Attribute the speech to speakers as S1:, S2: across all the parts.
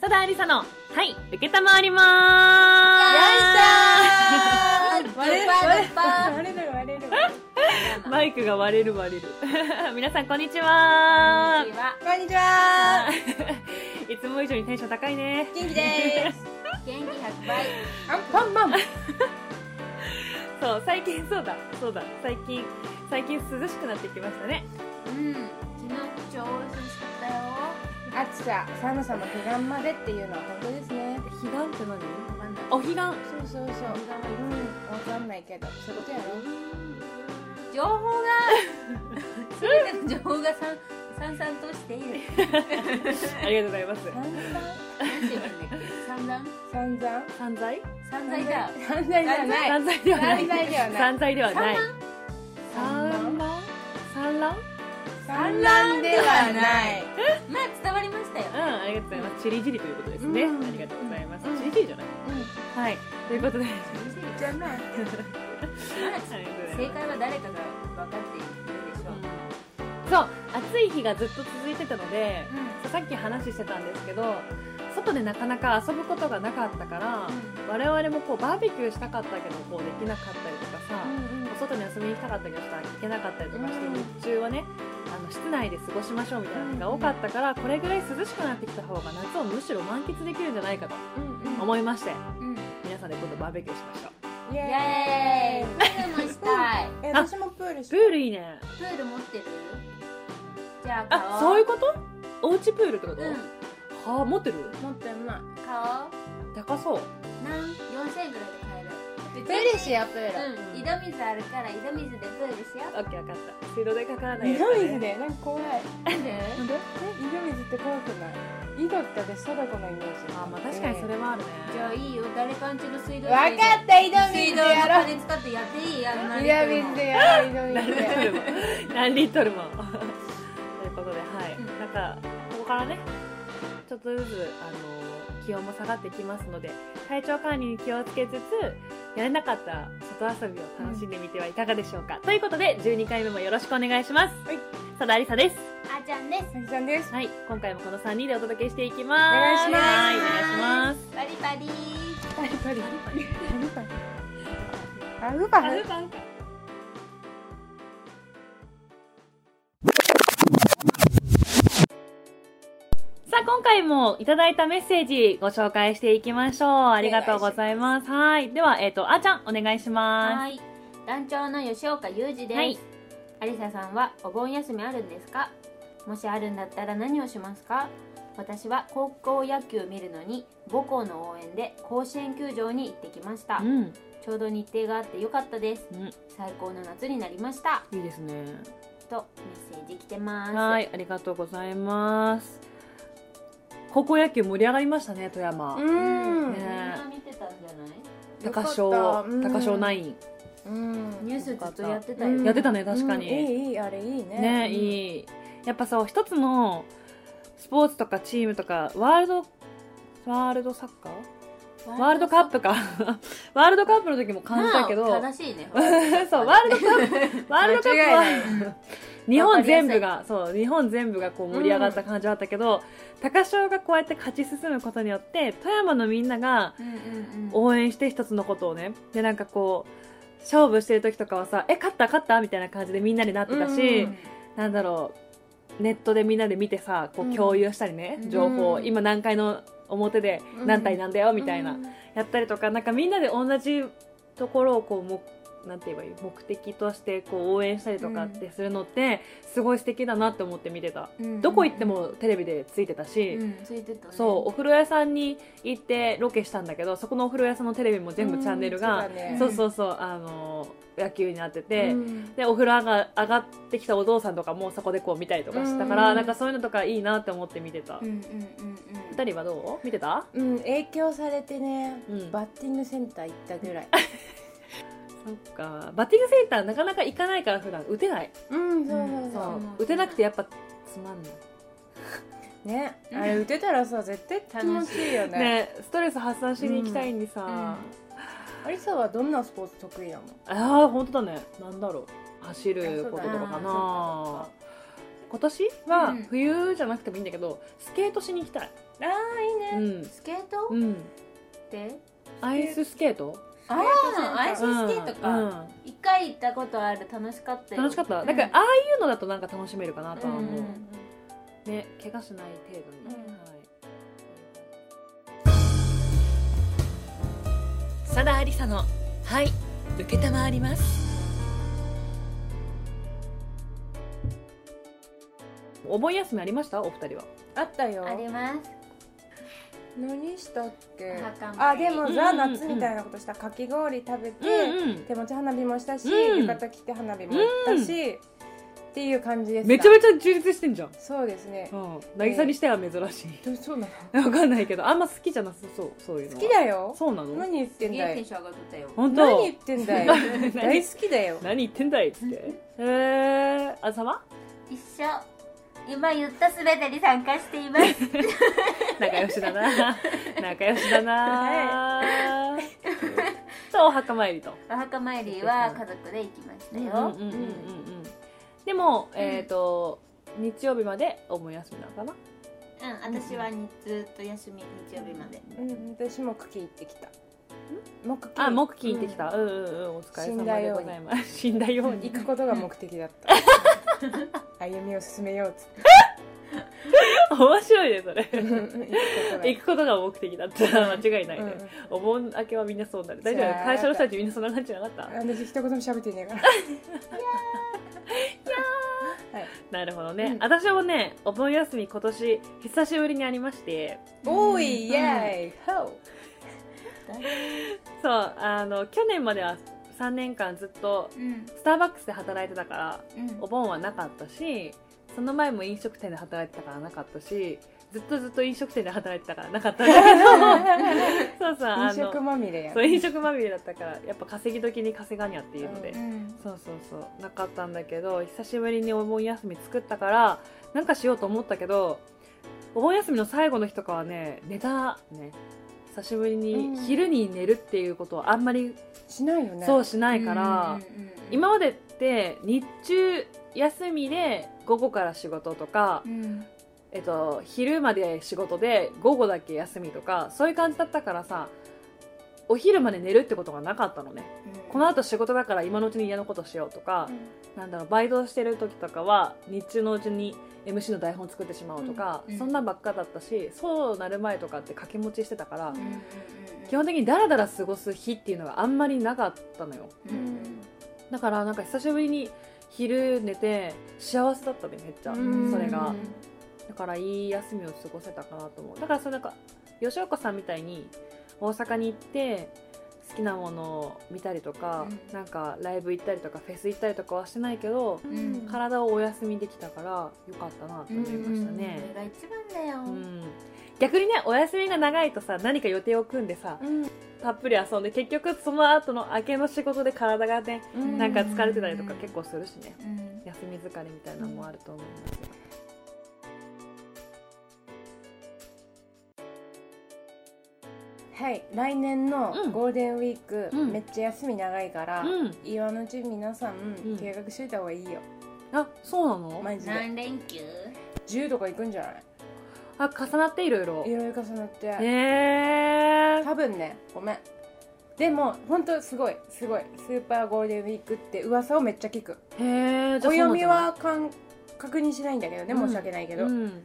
S1: 佐田ありさの、はい、受けたまわりま
S2: よい
S1: ー
S2: しょー
S1: 割れる
S2: ルパル
S3: 割れる割れる。
S2: パ
S1: マイクが割れる割れる。 皆さん、こんにちは
S2: こんにちは
S3: こんにちは。
S1: いつも以上にテンション高いね。
S3: 元気です。
S2: 元気100倍
S3: アンパンマン。
S1: そう、最近、そうだ、そうだ、最近、最近涼しくなってきましたね。
S2: うん昨日超涼しかったよ
S3: 暑さ、寒さも彼岸までっていうのは本当ですね。
S1: 彼岸って何
S2: わかんない
S1: お彼岸。
S3: そうそうそう。うん、わかんないけど、そういうことやろ。
S2: 情報が全ての情報がさんさんさんとしている
S1: ありがとうございます。
S2: 何て言うんだっけ散々
S3: 散々散々
S1: 散財
S2: 散々だ
S3: 散々じゃない。
S1: 散財ではない。
S3: 散財ではない
S1: 散財ではない。
S3: 散
S1: 乱散乱
S3: 散乱ではない。
S2: まあ伝わりましたよ
S1: うん、ありがとうございます。チリジリということですね。
S3: うん
S1: ありがとうございます。
S3: うん
S1: チリジリじゃない
S3: うん、
S1: はい。ということで、
S3: じゃない。
S1: ありがとうございます
S2: 正解は誰かが分かっているでしょう
S1: そう、暑い日がずっと続いてたので、そうさっき話してたんですけど、外でなかなか遊ぶことがなかったから、我々もこうバーベキューしたかったけど、こうできなかったりとかさ、お外に遊びに行きたかったけどさ行けなかったりとかして、
S3: うん
S1: 日中はねあの室内で過ごしましょうみたいなのが多かったから、これぐらい涼しくなってきた方が夏をむしろ満喫できるんじゃないかと
S3: うん、
S1: 思いまして
S2: うんうんイ
S1: 皆さんで今度バーベキューしましょう
S3: イエー
S2: エーイ。
S3: イ
S2: プールもしたい
S3: え、私もプールし
S1: プールいいね
S2: プール持ってるじゃあ買お
S1: あ
S2: う
S1: そういうことおうちプールってこと、
S2: うん
S1: はあ持ってる
S3: 持ってない。
S2: 買おう
S1: 高そう
S2: なん4000円ぐらいで買える
S3: プールしよう、プール。
S2: うん井戸水あるから井戸水でプールしよ
S1: オッケー分かった水道代かからない
S3: 井
S1: やつ
S3: 戸
S1: だね
S3: 水でなんか怖い
S2: プー
S1: なん
S2: ル
S1: で
S3: 井戸水って怖くない井戸って私貞子のイメージ
S1: あまあ確かにそれはあるね、
S2: じゃあいいよ誰かんちの水道
S3: 分かった井戸水
S2: 水
S3: で
S2: 道の
S3: やろう
S2: 金使ってやっていいやんな
S3: 井戸水でやろう井戸
S1: 何リ
S3: 水
S1: ッ
S3: で
S1: トルも 何リットルもということではい、
S2: うん
S1: なんかここからねちょっとずつあの気温も下がってきますので体調管理に気をつけつつやれなかった外遊びを楽しんでみてはいかがでしょうか、ということで12回目もよろしくお願いします
S3: はい
S1: 佐田ありさです
S2: あーちゃんです
S3: さきちゃんです
S1: はい今回もこの3人でお届けしていきます
S3: お願いします
S1: はいお願いします
S2: バリバリ
S3: パリパリ
S1: パリ
S3: パリパリパフパフ
S1: さあ、今回もいただいたメッセージご紹介していきましょう。ありがとうございます。はい。では、えっ、と、あーちゃん、お願いしま
S2: はい団長の吉岡裕二です、
S1: はい
S2: ありささんはお盆休みあるんですかもしあるんだったら何をしますか私は高校野球を見るのに母校の応援で甲子園球場に行ってきました
S1: す。うん。
S2: ちょうど日程があってよかったです
S1: うん。
S2: 最高の夏になりました
S1: いいですね。
S2: とメッセージ来てます
S1: はい。ありがとうございます。高校野球盛り上がりましたね、富山。
S3: う
S2: みん
S3: ん
S1: ね
S2: な見てたんじゃない
S1: 高翔、
S3: よかったうん
S1: 高翔ナイン。
S3: うん
S2: ニュースずっとやってたよ、
S3: うん
S1: やってたね、確かに。
S3: うんいいいいあれいいね
S1: ね、
S3: い
S1: いいやっぱさ一つのスポーツとかチームとかワールドワールドサッカーワールドカップか ワールドカップの時も感じたけど、
S2: まあ正しいね
S1: そうワールドカップワールドカップ
S3: 間違い
S1: は 日本全部がそう日本全部がこう盛り上がった感じはあったけど、高潮がこうやって勝ち進むことによって富山のみんなが
S2: うんうんうん
S1: 応援して一つのことをねでなんかこう勝負してる時とかはさえ勝った勝ったみたいな感じでみんなでなってたし、
S3: うん
S1: なんだろうネットでみんなで見てさこ
S3: う
S1: うん共有したりね、
S2: うん
S1: 情報を
S3: うん
S1: 今何回の表で
S3: うん
S1: 何対なんだよみたいな、
S3: うん
S1: やったりとかなんかみんなで同じところをこうもなんて言えばいい目的としてこう応援したりとかってするのってすごい素敵だなって思って見てた、
S2: うんうん
S1: どこ行ってもテレビでついてたし、
S2: うんついてたね
S1: そうお風呂屋さんに行ってロケしたんだけどそこのお風呂屋さんのテレビも全部チャンネルが、
S3: うん
S1: そう
S2: だね
S1: そうそうあの野球になってて、
S3: うん
S1: でお風呂上が上がってきたお父さんとかもそこでこう見たりとかしてたから、
S3: うん
S1: なんかそういうのとかいいなって思って見てた、
S2: う
S1: 二
S2: んうんうんうん
S1: 人はどう見てた
S3: うん影響されてね
S1: うん
S3: バッティングセンター行ったぐらい
S1: そっかバッティングセンターなかなか行かないから普段打てない
S3: うんそう
S2: うん
S3: そうそ
S1: 打てなくてやっぱつまんないう
S3: ねあれ打てたらさ絶対気持ちいいよね
S1: ねストレス発散しに行きたいんでさ、
S2: うん
S1: あ
S3: アリサはどんなスポーツ得意なの
S1: あー本当だねなんだろう走ることとかかな
S3: あそうだね
S1: か今年は
S2: うん
S1: 冬じゃなくてもいいんだけどスケートしに行きたい、
S3: ああいいね
S1: うん
S2: スケートっ
S1: うん、
S2: て
S1: アイススケート
S3: あ
S2: あーアイス
S3: あ
S2: スケートか
S1: うんうん
S2: 一回行ったことある楽しかったよ
S1: 楽しかった、だから
S2: うん
S1: ああいうのだとなんか楽しめるかなとは思う、
S2: うん
S1: ね怪我しない程度に、
S3: うん
S1: はいサダアリサのはい受けたまわりますお盆休みありましたお二人は
S3: あったよ
S2: あります
S3: 何したっけ
S2: お墓参
S3: あ
S2: り
S3: でも
S1: う
S3: ザ・
S1: んうんうん
S3: 夏みたいなことしたかき氷食べて、
S1: ん
S3: 手持ち花火もしたし、
S1: うん
S3: 浴衣着て花火も行ったし、っていう感じです
S1: めちゃめちゃ充実してんじゃん、
S3: そうですね
S1: うん、渚にしては珍しい、
S3: どそうなの
S1: わかんないけどあんま好きじゃなさそうそういうの
S3: 好
S1: は
S3: きだよ
S1: そうなの
S3: 何言って
S2: す
S3: ん
S2: げえ
S3: だ
S2: テン
S3: い
S2: ション上がっとったよ
S1: 本当
S3: 何言ってんだい大好きだよ
S1: 何言ってんだいっつって えー、あざま
S2: 一緒今言ったすべてに参加しています
S1: 仲良しだ な仲良しだな、そうお墓参りと
S2: お墓参りは家族で行きました
S1: う
S2: よ、
S1: んうんうんうんうんでも、
S2: うん
S1: えっ、と日曜日までお盆休みなのかな
S2: うん、私はにずっと休み日曜日まで
S3: うん私も茎行ってきた木
S1: あ木金行ってきた、うん、うんうんお疲れ様でございます死んだよ
S3: う
S1: うんに
S3: 行くことが目的だった 歩みを進めようっつって
S1: 面白いねそれ
S3: 行
S1: 行
S3: く
S1: くことが目的だったら間違いない
S3: ことが
S1: ね、お盆明けはみんなそうなる大丈
S3: そう
S1: 夫会社の人たちみんなそんな感じじゃなかった
S3: うん私一言も喋ってねえ から
S1: なるほどね、
S2: うん
S1: 私もねお盆休み今年久しぶりにありまして
S3: おーいイエーイホ
S1: そうあの去年までは3年間ずっと
S2: うん
S1: スターバックスで働いてたから
S2: うん
S1: お盆はなかったしその前も飲食店で働いてたからなかったしずっとずっと飲食店で働いてたからな かったんだけ どそうそう
S3: ー
S1: あ
S3: 飲食
S1: の
S3: まみれや
S1: そう飲食まみれだったからやっぱ稼ぎ時に稼がにゃっていうので、
S2: うん
S1: そうそうそうなかったんだけど久しぶりにお盆休み作ったからなんかしようと思ったけどお盆休みの最後の日とかはね寝たね久しぶり
S3: うん
S1: に昼に寝るっていうことをあんまり
S3: しないよね
S1: そうしないから、
S2: うんうんうん
S1: 今までって日中休みで午後から仕事とか、
S2: うん
S1: えっと、昼まで仕事で午後だけ休みとかそういう感じだったからさお昼まで寝るってことがなかったのねこの後仕事だから今のうちに家のことしようとか、なんだろうバイトしてる時とかは日中のうちに MC の台本作ってしまおうとか、
S2: うんうん
S1: そんなんばっかだったしそうなる前とかって掛け持ちしてたから、
S2: うんうんうんうん
S1: 基本的にダラダラ過ごす日っていうのがあんまりなかったのよ
S2: うん
S1: だからなんか久しぶりに昼寝て幸せだったねめっちゃ、
S3: うん
S1: それ
S2: う
S1: が
S2: ん
S1: だからいい休みを過ごせたかなと思うだからそれなんか吉岡さんみたいに大阪に行って好きなものを見たりとか、
S2: うん
S1: なんかライブ行ったりとかフェス行ったりとかはしてないけど、
S3: う
S2: うん
S1: 体をお休みできたからよかったなと思いましたね、
S2: それが一番だよ、
S1: うん逆にねお休みが長いとさ何か予定を組んでさ
S3: うん
S1: たっぷり遊んで結局その後の明けの仕事で体がね
S3: うん
S1: なんか疲れてたりとか結構するしね
S2: うん
S1: 休み疲れみたいなのもあると思いますよ
S3: はい来年
S1: う
S3: の
S1: ん
S3: ゴールデンウィーク、
S1: うん
S3: めっちゃ休み長いから、
S1: うん
S3: 今のうち皆さん、
S1: ん
S3: 計画しといた方がいいよ
S1: あそうなの、
S3: マジで
S2: 何連休
S3: 10とか行くんじゃない
S1: あ重なっていろいろ
S3: いろいろ重なって、
S1: えー、
S3: 多分ねごめんでも本当すごいすごいスーパーゴールデンウィークって噂をめっちゃ聞く
S1: へえ
S3: お読みはかん確認しないんだけどね、申し訳ないけど、
S1: うん、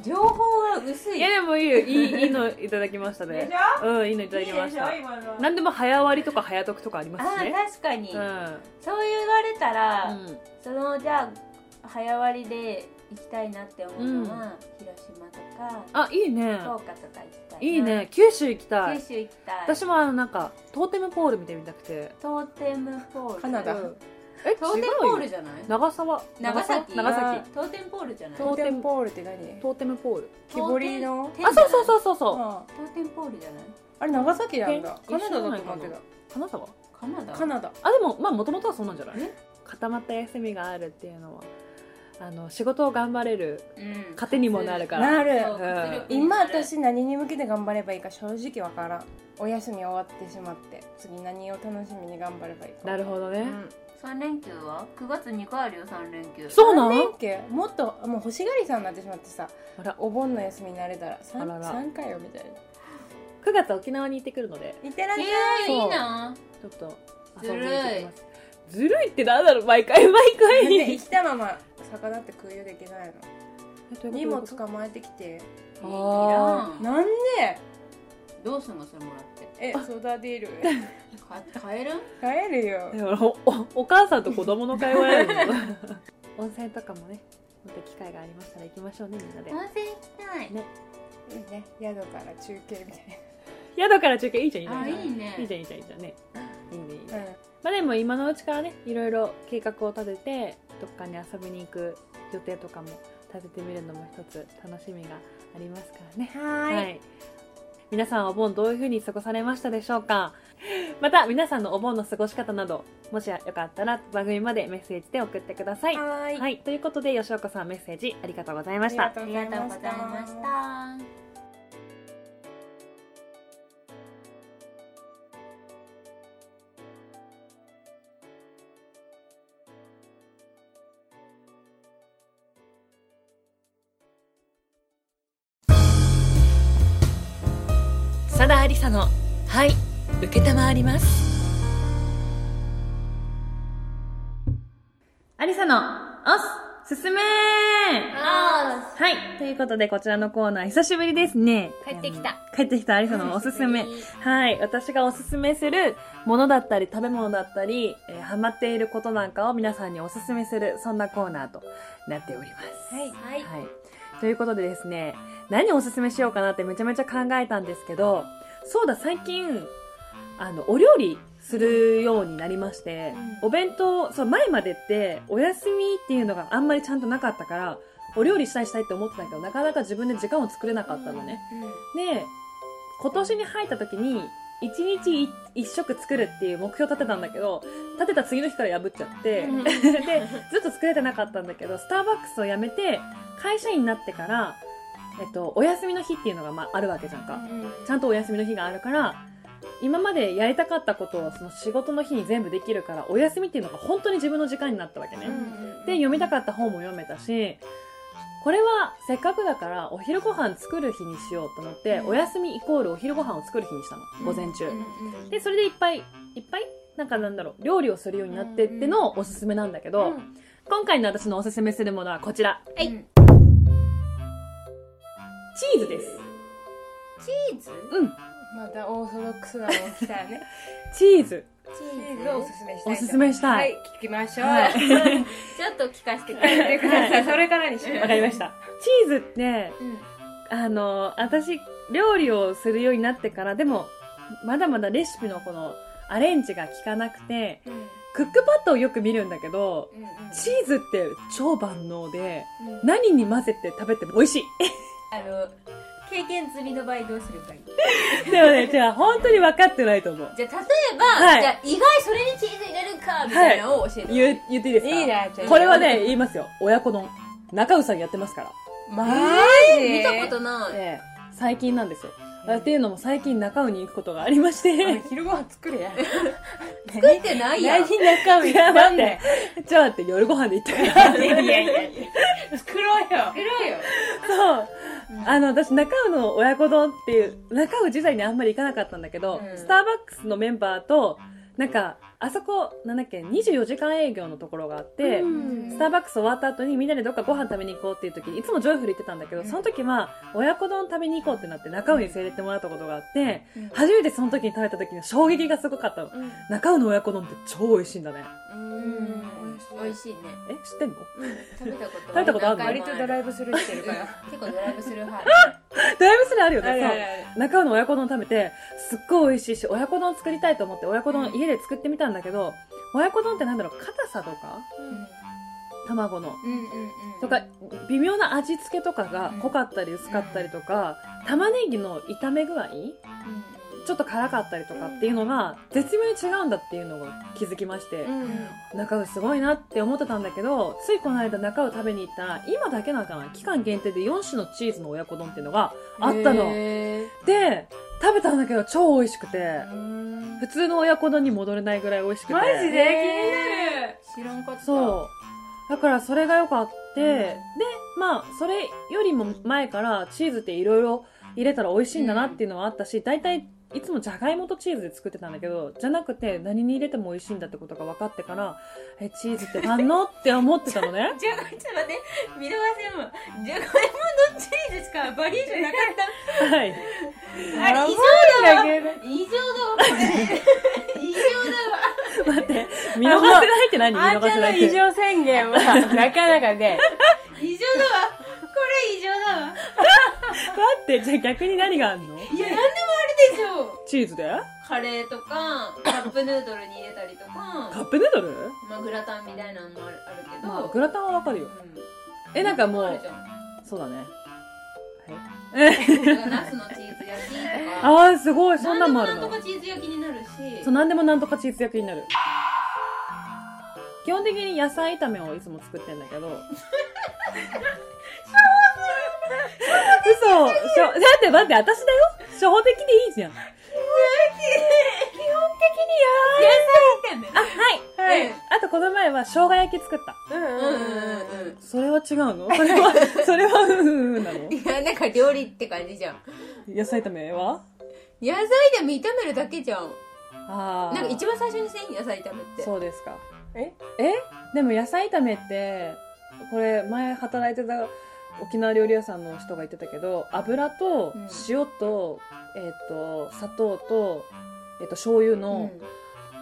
S3: 情報が薄
S1: いやでもいいよいいいいの いただきましたねうんいいのいただきました
S3: 今の
S1: 何でも早割りとか早解きとかありま
S2: あ
S1: すし
S2: ー
S1: ね
S2: 確かに、
S1: うん
S2: そう言われたら、
S1: うん
S2: そのじゃあ早割りで行きたいなって思うのは、広島とか
S1: あいいね
S2: 福岡とか行きたいない
S1: いね九州行きた
S2: 九
S1: い
S2: 州行きたい
S1: 私もあのなんかトーテムポール見てみたくて
S2: トーテムポール
S3: カナダ
S1: うんえ
S2: トーテム
S1: 違
S2: ポー
S1: う
S2: ル
S1: よ
S2: じゃない
S1: 長沢
S2: 長崎
S1: 長
S3: 長
S1: 崎
S3: 崎
S2: トーテムポールじゃない
S3: トーテンポールって何
S1: トーテムポール
S3: 木彫りの
S2: トーテン
S1: あそうそうそうそうそう
S3: あ
S2: トーテムポールじゃない
S3: あれ長崎なんだ
S1: え
S3: カナダだと思って
S1: 一緒じゃないか
S3: た
S1: 金沢
S2: カナダ
S3: カナダ
S1: あでもまあもともとはそうなんじゃない
S2: え
S1: 固まった休みがあるっていうのはあの仕事を頑張れる
S2: うん
S1: 糧にもなるから
S3: な
S2: そう
S3: る
S2: 活力に
S3: 今
S2: なる
S3: 私何に向けて頑張ればいいか正直わからんお休み終わってしまって次何を楽しみに頑張ればいいか
S1: なるほどね、
S3: うん
S2: 3連休は9月2回あるよ3連休
S1: そうな
S3: 三
S1: ん
S3: 連休もっともう欲しがりさんになってしまってさ
S1: あら
S3: お盆の休みになれたら 3,
S1: あらら
S3: 3回よみたいな
S1: 9月沖縄に行ってくるので
S3: いってらっしゃい、
S2: えー、
S1: そう
S2: いいな
S1: ちょっと
S2: ずるい
S1: きますずるいってなんだろう毎回毎 回
S3: だって生きたまま魚って空輸できないの荷物捕まえてきて
S2: い
S1: あー
S2: いな
S3: なんで
S2: どうすんのそれもらって
S3: えソダディル
S2: か買える
S3: 帰るよ
S1: だからおおお母さんと子供の会話やるの 温泉とかもねまた機会がありましたら行きましょうねみんなで
S2: 温泉行きたい
S3: いいね宿から中継みたい
S1: 宿から中継いいじゃんいいじゃん
S2: あいいね
S1: いいじゃんいいじゃんいいじゃんねいいねいいね
S3: な、うん、
S1: まあでも今のうちからねいろいろ計画を立ててどっかに遊びに行く予定とかも立ててみるのも一つ楽しみがありますからね
S3: はーい、
S1: はい皆さんはお盆どういう風に過ごされましたでしょうかまた皆さんのお盆の過ごし方などもしよかったら番組までメッセージで送ってください
S3: はーい
S1: はい、ということで吉岡さんメッセージありがとうございまし
S3: あ
S1: た
S2: あ
S3: り
S2: り
S3: が
S2: が
S3: と
S2: と
S3: う
S2: うご
S3: ござ
S2: ざ
S3: い
S2: い
S3: ま
S2: ま
S3: し
S2: したた
S1: 佐田ありさのはい受けたまわりますありさのおすすめ
S2: あ
S1: はい。ということで、こちらのコーナー、久しぶりですね。
S2: 帰ってきた
S1: あの。帰ってきた、アリサのおすすめ
S2: 久しぶり。
S1: はい。私がおすすめするものだったり、食べ物だったり、えーハマっていることなんかを皆さんにおすすめする、そんなコーナーとなっております。
S3: はい
S2: はい
S1: はい。ということでですね、何をおすすめしようかなってめちゃめちゃ考えたんですけど、そうだ、最近、あの、お料理するようになりまして、
S3: うん
S1: お弁当、そう、前までって、お休みっていうのがあんまりちゃんとなかったから、お料理したいしたいって思ってたけど、なかなか自分で時間を作れなかったのね。で、今年に入った時に、1日1食作るっていう目標立てたんだけど、立てた次の日から破っちゃって、
S2: うん
S1: でずっと作れてなかったんだけどスターバックスを辞めて会社員になってから、えっと、お休みの日っていうのが、まあ、あるわけじゃんか、
S3: うん
S1: ちゃんとお休みの日があるから今までやりたかったことをその仕事の日に全部できるからお休みっていうのが本当に自分の時間になったわけね、
S3: うん
S1: で読みたかった本も読めたしこれはせっかくだからお昼ご飯作る日にしようと思って、
S3: うん
S1: お休みイコールお昼ご飯を作る日にしたの午前中、
S3: うん
S1: でそれでいっぱいいっぱいなんかなんだろう料理をするようになってってのおすすめなんだけど、
S3: うん
S1: 今回の私のおすすめするものはこちら
S2: はい
S3: うん
S1: チーズです
S2: チーズ
S1: うん
S3: またオーソドックスなの来た よね
S1: チーズ
S2: チ
S3: チー
S2: ー
S3: ズ
S2: ズ
S3: をおすすめしたい
S1: おすすめした
S3: はいい聞きましょう、
S1: は
S2: ちょっと聞かせてく
S3: やっ
S2: れ
S3: て
S2: る
S3: く ださいそれからにしよう
S1: わかりましたチーズって
S2: うん
S1: あの私料理をするようになってからでもまだまだレシピのこのアレンジが効かなくて
S3: うん
S1: クックパッドをよく見るんだけど
S3: うんうん
S1: チーズって超万能で
S3: うん
S1: 何に混ぜて食べても美味しい
S2: あの経験済みの場合どうすればいい
S1: でもね、じゃあ本当に分かってないと思う。
S2: じゃあ例えば、
S1: はい
S2: じゃあ意外それにチーズ入れるかみたいなのを教えて、
S1: 言う、言っていいですか
S3: いいな
S1: これはね、言いますよ。親子丼。中うさんやってますから。
S3: マジ
S2: 見たことない、
S1: ええ最近なんですよ。っていうのも最近中尾に行くことがありまして。
S3: 昼ご飯作れや
S2: 作ってないやん
S3: 何仲
S1: い
S3: い
S1: や、
S3: な
S1: 待っ
S3: ん
S1: て
S3: で。
S1: ちょ、 待って、夜ご飯で行ったから。
S3: いやいやいやいや作ろうよ
S2: 作ろうよ
S1: そう。あの、私、中尾の親子丼っていう、中尾自体にあんまり行かなかったんだけど、
S2: うん
S1: スターバックスのメンバーと、なんか、あそこ、なんだっけ、24時間営業のところがあって、
S2: うん
S1: スターバックス終わった後にみんなでどっかご飯食べに行こうっていう時にいつもジョイフル行ってたんだけど、その時は親子丼食べに行こうってなって中尾に連れてってもらったことがあって、
S3: うん
S1: 初めてその時に食べた時の衝撃がすごかったの。中尾の親子丼って超美味しいんだね。
S3: うん
S2: うん美味しいね
S1: え、知ってんの
S2: 食べたこと
S1: 食べたことあるの
S2: 何
S3: 割
S2: 回も
S3: とドライブスルーしてるから
S2: 結構ドライブスルー派
S1: ドライブスルーあるよ
S3: あ
S1: ね、
S3: るあ
S1: そう
S3: るある
S1: 中尾の親子丼食べて、すっごい美味しいし、親子丼作りたいと思って親子丼家で作ってみたんだけど、親子丼ってなんだろう、硬さとか卵の。
S2: うんうんうんうん
S1: とか微妙な味付けとかが
S2: うん
S1: 濃かったり薄かったりとか、玉ねぎの炒め具合ちょっと辛かったりとかっていうのが絶妙に違うんだっていうのが気づきまして、
S3: うん
S1: 中尾すごいなって思ってたんだけどついこの間中尾食べに行ったら今だけなのかな期間限定で4種のチーズの親子丼っていうのがあったの、
S3: へ
S1: で食べたんだけど超美味しくて
S3: ーうん
S1: 普通の親子丼に戻れないぐらい美味しくて
S3: マジで気になる
S2: 知らんかった
S1: そうだからそれが良かって、でまあそれよりも前からチーズっていろいろ入れたら美味しいんだなっていうのはあったし、大体いつもじゃがいもとチーズで作ってたんだけどじゃなくて何に入れても美味しいんだってことが分かってからえチーズって万能って思ってたの ね
S2: じゃちょっと待って見逃せもじゃがいものチーズしかバリエーションなかっ
S1: はい
S2: たあれ異常だわ異常だわこれ異常
S1: 待って見逃せないって何見
S3: あん
S1: 逃
S3: た
S1: せな
S3: の
S1: い
S3: 異
S1: って
S3: 常宣言はなかなかね
S2: だわ異常だわこれ異常だわ
S1: 待ってじゃあ逆に何があんの
S2: いや何でもあるでしょ
S1: チーズで
S2: カレーとかカップヌードルに入れたりとか、
S1: カップヌードル、
S2: まあ、グラタンみたいなのもあるあるけど、
S1: まあ、グラタンはわかるよ
S2: うん
S1: えなんかも
S2: ある
S1: う
S2: じゃん
S1: そうだね
S2: だ からナスのチーズ焼きとか
S1: ああすごいそんなんもある
S2: 何
S1: の
S2: でもなんとかチーズ焼きになるし
S1: そう何でもなんとかチーズ焼きになる基本的に野菜炒めをいつも作ってんだけ ど嘘しょだって待って私だよ初歩的でいいじゃんあ
S2: 基本的に野菜炒め
S1: はい、
S2: はい
S1: うんあとこの前は生姜焼き作った
S3: うん
S2: うんうんうんうん
S1: それは違う のそれはそれはうんうんうんなの
S2: いや なんか料理って感じじゃん
S1: 野菜炒めは
S2: 野菜でも炒めるだけじゃん
S1: ああ
S2: なんか一番最初にせん野菜炒めって
S1: そうですか
S3: え
S1: えでも野菜炒めってこれ前働いてた沖縄料理屋さんの人が言ってたけど油と
S2: うん
S1: 塩と,、えっと砂糖と、えっと醤油の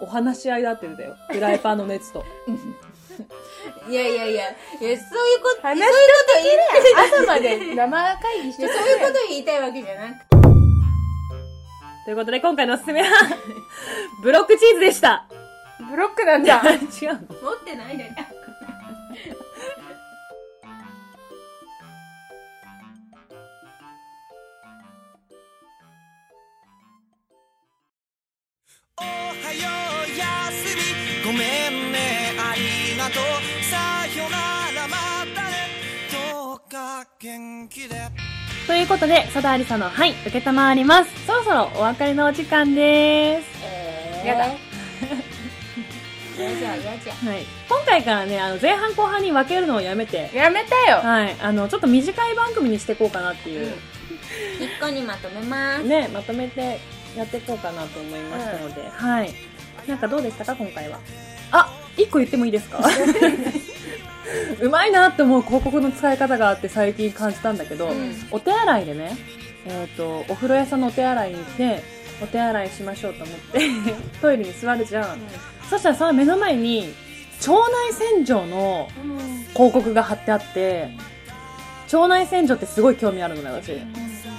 S1: お話し合いだって言ってたよ、フライパンの熱と
S2: うんいやいやいやいやそういうことそういう
S3: 話し
S2: こと言い
S3: 朝まで生会議して
S2: そう
S3: た
S2: いうこと言いたいわけじゃなくて
S1: ということで今回のおす すめはブロックチーズでした
S3: ブロックなんだ
S1: 違うの
S2: 持ってないだけ
S4: おはようやすみごめんねありがとうさよならまたねどうか元気で
S1: ということで佐田ありさの「はい」承りますそろそろお別れのお時間です
S2: え
S3: やだ
S2: やじゃやじゃ
S1: はい、今回からねあの前半後半に分けるのをやめて
S3: やめたよ
S1: はい、あのちょっと短い番組にしていこうかなっていう、
S2: 一個にまとめます
S1: ねまとめてやっていこうかなと思いましたので、はいなんかどうでしたか今回はあ一個言ってもいいですか うまいなって思う広告の使い方があって最近感じたんだけど、
S2: うん
S1: お手洗いでね、えー、とお風呂屋さんのお手洗いに行ってお手洗いしましょうと思って トイレに座るじゃん、そしたらさ目の前に腸内洗浄の広告が貼ってあって腸内洗浄ってすごい興味あるのね私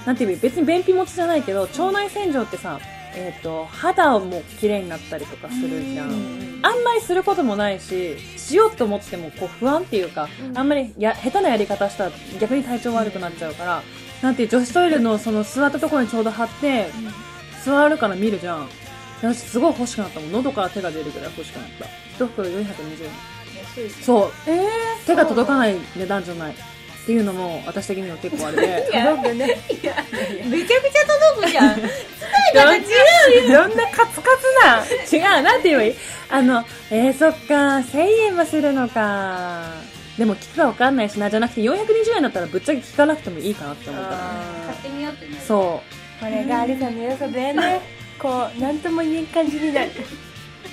S1: なんていうの別に便秘持ちじゃないけど腸内洗浄ってさ、えー、と肌も綺麗になったりとかするじゃんあんまりすることもないししようと思ってもこう不安っていうか、あんまりや下手なやり方したら逆に体調悪くなっちゃうから、なんていう女子トイレのその座ったところにちょうど貼って、座るから見るじゃんで私すごい欲しくなったもん喉から手が出るぐらい欲しくなった一袋420円
S2: 安い
S1: そう。手が届かない値段じゃない。っていうのも、私的には結構あれ で。
S3: 届くね
S2: めちゃくちゃ届くじゃん
S3: どんなどんなカツカツなん
S1: 違う、なんて言えばいいあの、えー、そっか、1000円はするのか。でも、効くかわかんないしな、じゃなくて420円だったらぶっちゃけ効かなくてもいいかなって思ったら。
S2: 買ってみようってなる
S1: そ
S3: これがアリさんの良さだよねこうなんとも言えん感じになる
S1: う。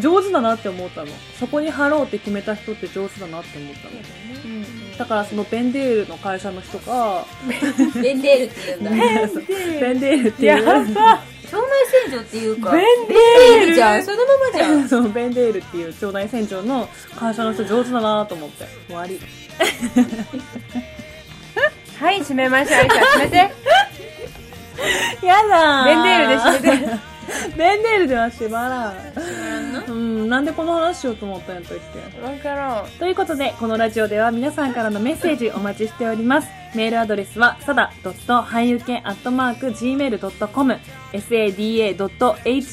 S1: 上手だなって思ったの。そこに貼ろうって決めた人って上手だなって思ったの。だから、そのベンデールの会社の人が、
S2: ベンデールって言 うんだ腸内
S1: ベンデールって
S3: やば
S1: いう。
S2: 洗浄っていうか
S3: ベンデ
S2: ベンデールじゃんそのままじゃん
S1: そのベンデールっていう腸内洗浄の会社の人上手だなと思って終わり
S3: はい閉めましょうアリさん閉めて
S1: やだ
S3: ベンデールで閉めて
S1: ベンデールでは縛らん
S2: な
S1: うんなんでこの話しようと思ったんやったっけ
S3: 分からん
S1: ということでこのラジオでは皆さんからのメッセージお待ちしておりますメールアドレスはさだ .hayuken.gmail.com sada.h